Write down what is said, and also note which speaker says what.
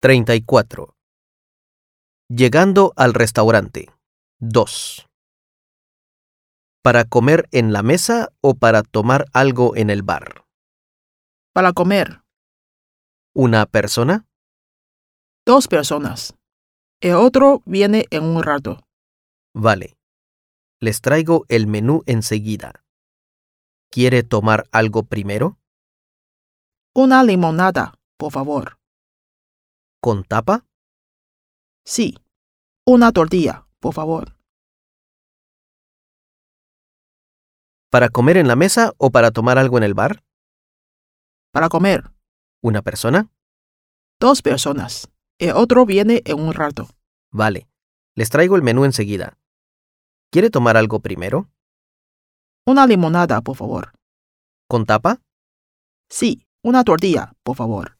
Speaker 1: 34. Llegando al restaurante. 2. ¿Para comer en la mesa o para tomar algo en el bar?
Speaker 2: Para comer,
Speaker 1: ¿Una persona?
Speaker 2: dos personas. El otro viene en un rato.
Speaker 1: Vale. Les traigo el menú enseguida. ¿Quiere tomar algo primero?
Speaker 2: Una limonada, por favor.
Speaker 1: ¿Con tapa?
Speaker 2: Sí. Una tortilla, por favor.
Speaker 1: ¿Para comer en la mesa o para tomar algo en el bar?
Speaker 2: Para comer,
Speaker 1: ¿Una persona?
Speaker 2: dos personas. El otro viene en un rato.
Speaker 1: Vale. Les traigo el menú enseguida. ¿Quiere tomar algo primero?
Speaker 2: Una limonada, por favor.
Speaker 1: ¿Con tapa?
Speaker 2: Sí. Una tortilla, por favor.